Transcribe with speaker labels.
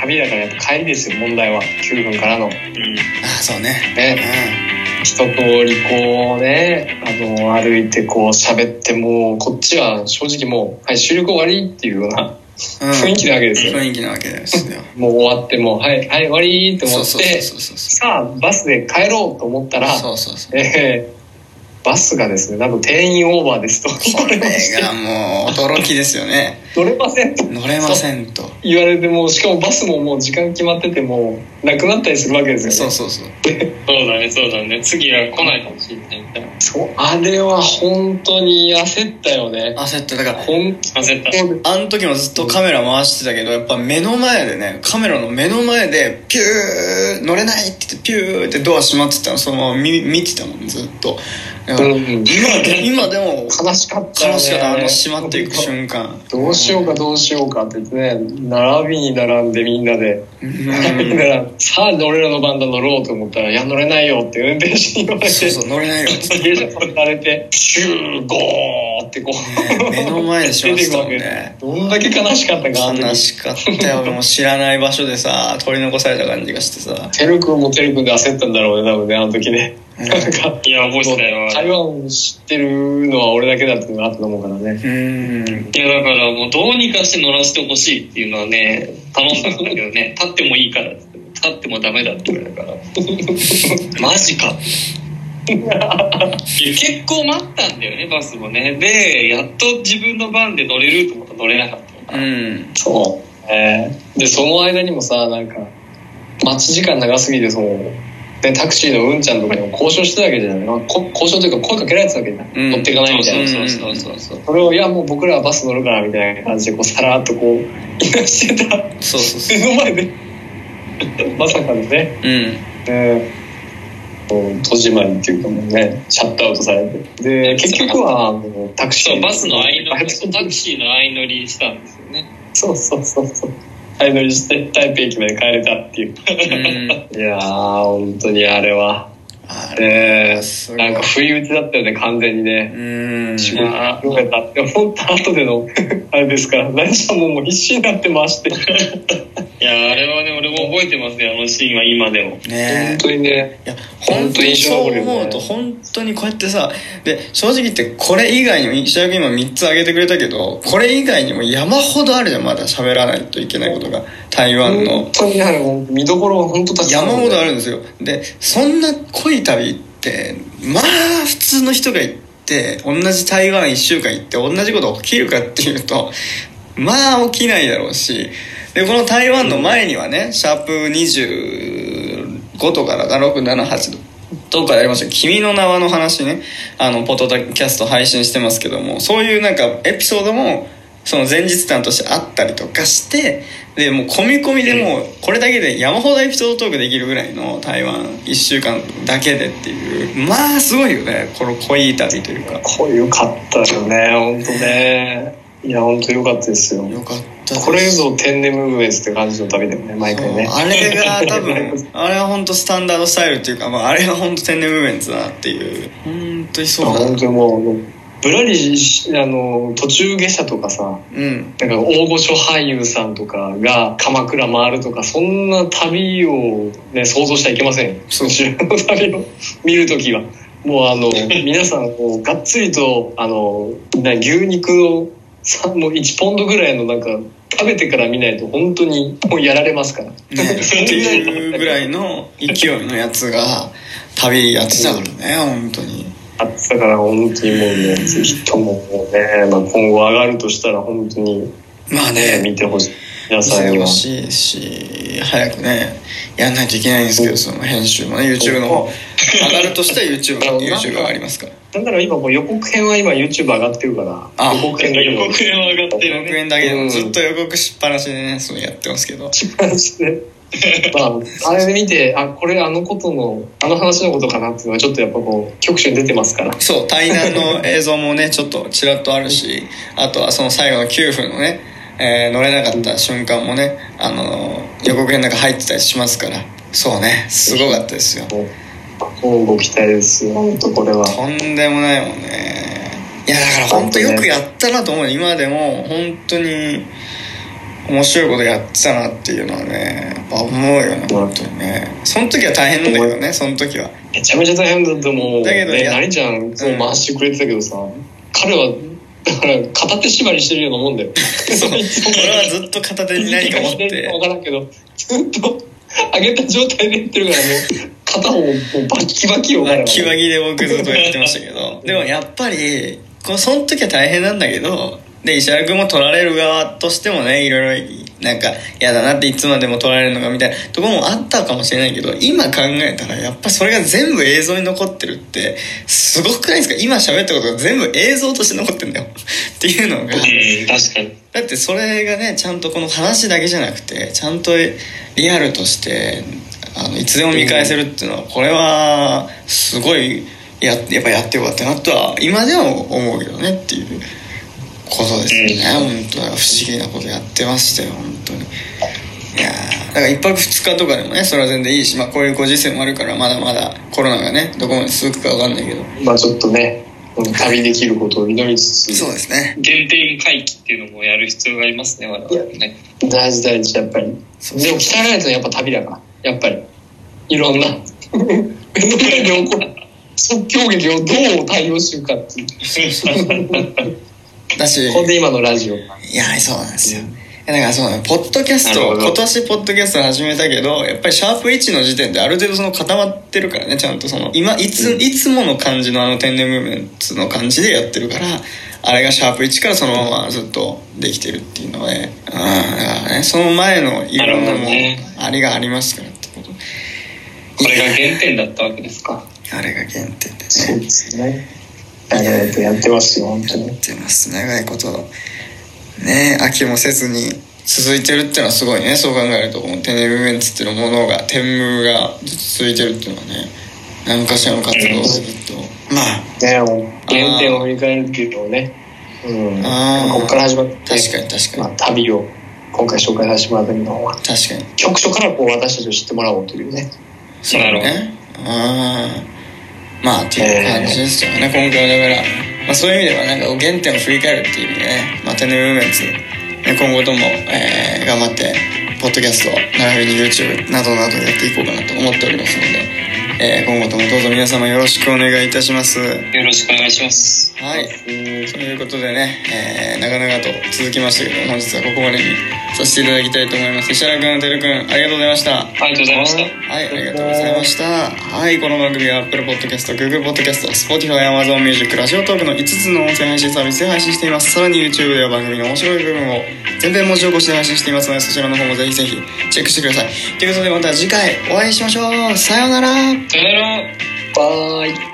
Speaker 1: 旅だからやっぱ帰りですよ問題は9分からの
Speaker 2: あそうね
Speaker 1: ね一通りこうねあの歩いてこう喋ってもうこっちは正直もう、はい、収録終わりっていうような
Speaker 2: うん、うん、
Speaker 1: 雰囲気なわけですよ、
Speaker 2: 雰囲気なわけですよ
Speaker 1: もう終 わってもうはいはい終わりと
Speaker 2: そ
Speaker 1: 思
Speaker 2: う
Speaker 1: っ
Speaker 2: そう
Speaker 1: て
Speaker 2: そうそうそう
Speaker 1: さあバスで帰ろうと思ったら
Speaker 2: そうそうそう
Speaker 1: えーバスがですねなんと定員オーバーですと
Speaker 2: こ れがもう驚きですよね
Speaker 1: 乗れませんと
Speaker 2: 乗れませんと
Speaker 1: 言われてもしかもバスももう時間決まっててもうなくなったりするわけですよね
Speaker 2: そうそうそう
Speaker 3: そうだね、そうだね。次は来ないかもしれないみたいな。
Speaker 1: そうあれは本当に焦ったよね
Speaker 2: 焦ってだから
Speaker 1: 本
Speaker 3: 焦った。
Speaker 1: 当に
Speaker 2: あの時もずっとカメラ回してたけどやっぱ目の前でねカメラの目の前でピュー乗れないって言ってピューってドア閉まってたのそのまま見見てたもんずっとだから
Speaker 1: うん
Speaker 2: 今で今でも
Speaker 1: 悲しかったよね
Speaker 2: 悲しかったあの閉まっていく瞬間
Speaker 1: どうしようかどうしようかって言ってね並びに並んでみんなで並びに並んでさあ俺らのバンド乗ろうと思ったら「いや乗れないよ」って運転手に言われて
Speaker 2: そうそう乗れないよっつって
Speaker 1: 停車されてシューゴーってこう
Speaker 2: 目の前でしましたもんね
Speaker 1: どんだけ悲しかったかあの
Speaker 2: 悲
Speaker 1: 時
Speaker 2: しかったよもう知らない場所でさ取り残された感じがしてさ
Speaker 1: てるくんもてるくんで焦ったんだろうね多分ねあの時ね、
Speaker 2: うん
Speaker 1: なんか
Speaker 3: いや、覚えてたよ。
Speaker 1: 台湾を知ってるのは俺だけだっていうのがあったと思うからね
Speaker 2: うん
Speaker 3: いや、だからもうどうにかして乗らせてほしいっていうのはね、頼んだんだけど ね、立ってもいいからって、立ってもダメだって言われた から。マジ か。いや結構待ったんだよね、バスもね。で、やっと自分の番で乗れると思ったら乗れなかった。
Speaker 2: うん
Speaker 1: そう、えーでその間にもさなんか待ち時間長すぎてその、ね、タクシーのうんちゃんとかにも交渉してたわけじゃない、まあこ交渉というか声かけられてたわけじゃない、
Speaker 2: うん
Speaker 1: 乗っていかないみたいな、
Speaker 3: そうそうそうそう。
Speaker 1: それを「いやもう僕らはバス乗るから」みたいな感じでこうさらっとこういらしてた
Speaker 2: そうそうそう
Speaker 1: 目の前でまさかのね、
Speaker 2: うん
Speaker 1: えーもう戸締まりっていうかもうねシャットアウトされてで結局はあのタクシ
Speaker 3: そ
Speaker 1: ー
Speaker 3: う、バスの相乗り、
Speaker 1: そ
Speaker 3: そううタクシーの相乗りしたんですよね。
Speaker 1: そうそうそうそう相乗りして台北駅まで帰れたっていう
Speaker 2: うん
Speaker 1: いやー本当にあれは
Speaker 2: あれ
Speaker 1: ね
Speaker 2: す
Speaker 1: え
Speaker 2: ご
Speaker 1: な
Speaker 2: い
Speaker 1: んか不意打ちだったよね完全にね
Speaker 2: うん
Speaker 1: 仕事よかったって思った後での あれですから何しろもうもう必死になって回して
Speaker 3: いや、あれはね、俺も覚えてますよ、あのシーンは今でも。
Speaker 2: ねえ
Speaker 1: 本当にね
Speaker 2: いや本
Speaker 1: 本
Speaker 2: 当
Speaker 1: 当
Speaker 2: に
Speaker 1: に
Speaker 2: そう思
Speaker 1: 勝負
Speaker 2: う
Speaker 1: よ
Speaker 2: と
Speaker 1: ね
Speaker 2: 本当にこうやってさで正直言ってこれ以外にも石田君今3つ挙げてくれたけどこれ以外にも山ほどあるじゃんまだ喋らないといけないことが台湾の
Speaker 1: 本当にあれもう見どころは本当たくさん
Speaker 2: 山ほどあ
Speaker 1: る
Speaker 2: るんですよでそんな濃い旅ってまあ普通の人が行って同じ台湾1週間行って同じこと起きるかっていうとまあ起きないだろうしでこの台湾の前にはねシャープ25とかだから678とかでありましたけど君の名は」の話ねあのポトタキャスト配信してますけどもそういうなんかエピソードもその前日談としてあったりとかしてでもう込み込みでもうこれだけで山ほどエピソードトークできるぐらいの台湾1週間だけでっていうまあすごいよねこの濃い旅というか
Speaker 1: これよかったよね本当ねいや本当よかったですよ
Speaker 2: よかったです
Speaker 1: これぞ天然ムーブメントって感じの旅だよね毎回ね
Speaker 2: そうあれが多分あれは本当スタンダードスタイルっていうか、まあ、あれが本当天然ムーブメントだなっていう本当にそうだ
Speaker 1: 本
Speaker 2: な
Speaker 1: 当にもうぶらりしあの途中下車とかさ
Speaker 2: うん
Speaker 1: なんか大御所俳優さんとかが鎌倉回るとかそんな旅を、ね、想像しちゃいけませんよ
Speaker 2: そう
Speaker 1: 後ろの旅を見るときはもうあ の皆さんこうがっつりとあのな牛肉をさもう1ポンドぐらいのなんか食べてから見ないと本当にもうやられますから
Speaker 2: ねっていうぐらいの勢いのやつが旅やってたからね本当に
Speaker 1: あったから本当にもうねぜひともね、まあ、今後上がるとしたら本当に、
Speaker 2: まあ
Speaker 1: ね、
Speaker 2: ね
Speaker 1: 見てほしい皆さんに
Speaker 2: 忙
Speaker 1: は。
Speaker 2: しいし早くねやんないといけないんですけどその編集もね YouTube の方上がるとしたら YouTube, YouTube がありますから
Speaker 1: なんだろう今こう予告編は今 YouTube 上がってるから
Speaker 2: あ
Speaker 1: 予告
Speaker 3: な
Speaker 1: 編
Speaker 3: ん
Speaker 1: が
Speaker 3: か予 告編は上がってる
Speaker 2: 6
Speaker 3: ね。
Speaker 2: 円だけでもずっと予告しっぱなしでねそのやってますけど
Speaker 1: 一番してまああれで見てあこれあのことのあの話のことかなっていうのはちょっとやっぱこう局所に出てますから
Speaker 2: そう対談の映像もねちょっとちらっとあるしあとはその最後の9分のね、えー乗れなかった瞬間もね、あのー予告編の中入ってたりしますからそうねすごかったですよ
Speaker 1: もう乞うご期待ですよ本当これは
Speaker 2: とんでもないもんねいやだから本当よくやったなと思う今でも本当に面白いことやってたなっていうのはねやっぱ思うよね本当にねその時は大変なんだけどねその時 は
Speaker 1: めちゃめちゃ大変だってもう、
Speaker 2: だけどい
Speaker 1: ね、
Speaker 2: や
Speaker 1: なりちゃんそう回してくれてたけどさ、彼はだから片手縛りしてるようなもんだよ
Speaker 2: そう俺はずっと片手に何か持っ
Speaker 1: 左か分
Speaker 2: て
Speaker 1: からんけどずっと上げた状態でやってるからね片方もうバキバキよから
Speaker 2: キワギで僕ずっとやってましたけどでもやっぱりこうその時は大変なんだけどで石原君も取られる側としてもねいろいろなんか嫌だなっていつまでも取られるのかみたいなところもあったかもしれないけど今考えたらやっぱそれが全部映像に残ってるってすごくないですか今喋ったことが全部映像として残ってんだよっていうのが。
Speaker 3: うん、確かに。
Speaker 2: だってそれがねちゃんとこの話だけじゃなくてちゃんとリアルとしてあのいつでも見返せるっていうのはこれはすごいややっぱやってよかったなとは今では思うけどねっていうことですね、本当は不思議なことやってましたよ本当にいやーだから1泊2日とかでもねそれは全然いいし、まあ、こういうご時世もあるからまだまだコロナがねどこまで続くか分かんないけど
Speaker 1: まあちょっとね旅できることを祈りつつ
Speaker 2: うですね
Speaker 3: 限定回帰っていうのもやる必要がありますね、我々ね。
Speaker 1: 大事大事やっぱりでも鍛えられたのはやっぱ旅だからやっぱりいろんな目の前で起こる即興劇をどう対応するかっていう
Speaker 2: だし
Speaker 1: ほんで今のラジオが
Speaker 2: いやそうなんですよだからそうなのポッドキャス
Speaker 1: なる
Speaker 2: ト
Speaker 1: ほど
Speaker 2: 今年ポッドキャスト始めたけどやっぱりシャープ1の時点である程度その固まってるからねちゃんとその今いつ,、いつもの感じのあの天然ムーブメントの感じでやってるからあれがシャープ1からそのままずっとできてるっていうので、うん、だからねその前のいろんな
Speaker 3: なる
Speaker 2: もう
Speaker 3: ほどね
Speaker 2: あれがありますからってこと
Speaker 3: これが原点だったわけですか。
Speaker 2: あれが原点でね
Speaker 1: そうですね長いことやってますよ本当
Speaker 2: やっ
Speaker 1: に
Speaker 2: てます長いことね飽きもせずに続いてるってのはすごいねそう考えるとこのテレビメンツっていうものが天務が続いてるっていうのはね何かしらの活動をずっとまあ
Speaker 1: ね原点を振り返るっていうのをねうん
Speaker 2: あー
Speaker 1: ここから始まって
Speaker 2: 確かに確
Speaker 1: ま
Speaker 2: か
Speaker 1: あ
Speaker 2: に、
Speaker 1: 旅を今回紹介させてもらったけど
Speaker 2: 確かに
Speaker 1: 局所からこう私たちを知ってもらおうというね
Speaker 2: そうだねああまあっていう感じですよね、今回はだから、まあ、そういう意味ではなんかこう原点を振り返るっていう意味でね、まあ、テネムーブメンツね今後とも、えー頑張ってポッドキャスト並びに YouTube などなどやっていこうかなと思っておりますので、えー今後ともどうぞ皆様よろしくお願いいたしますは
Speaker 3: よろしくお願いします。
Speaker 2: いということでね、えー、長々と続きましたけど本日はここまでにさせていただきたいと思います石原君てる君ありがとうございました
Speaker 3: ありがとうございました。
Speaker 2: はい、ありがとうございました。はい、この番組は Apple Podcast、Google Podcast、Spotify、Amazon Music、ラジオトークの5つの音声配信サービスで配信しています。さらに YouTube では番組の面白い部分を全編文字起こしで配信していますので、そちらの方もぜひぜひチェックしてください。ということでまた次回お会いしましょう。さようなら。
Speaker 3: さよなら。
Speaker 1: バイ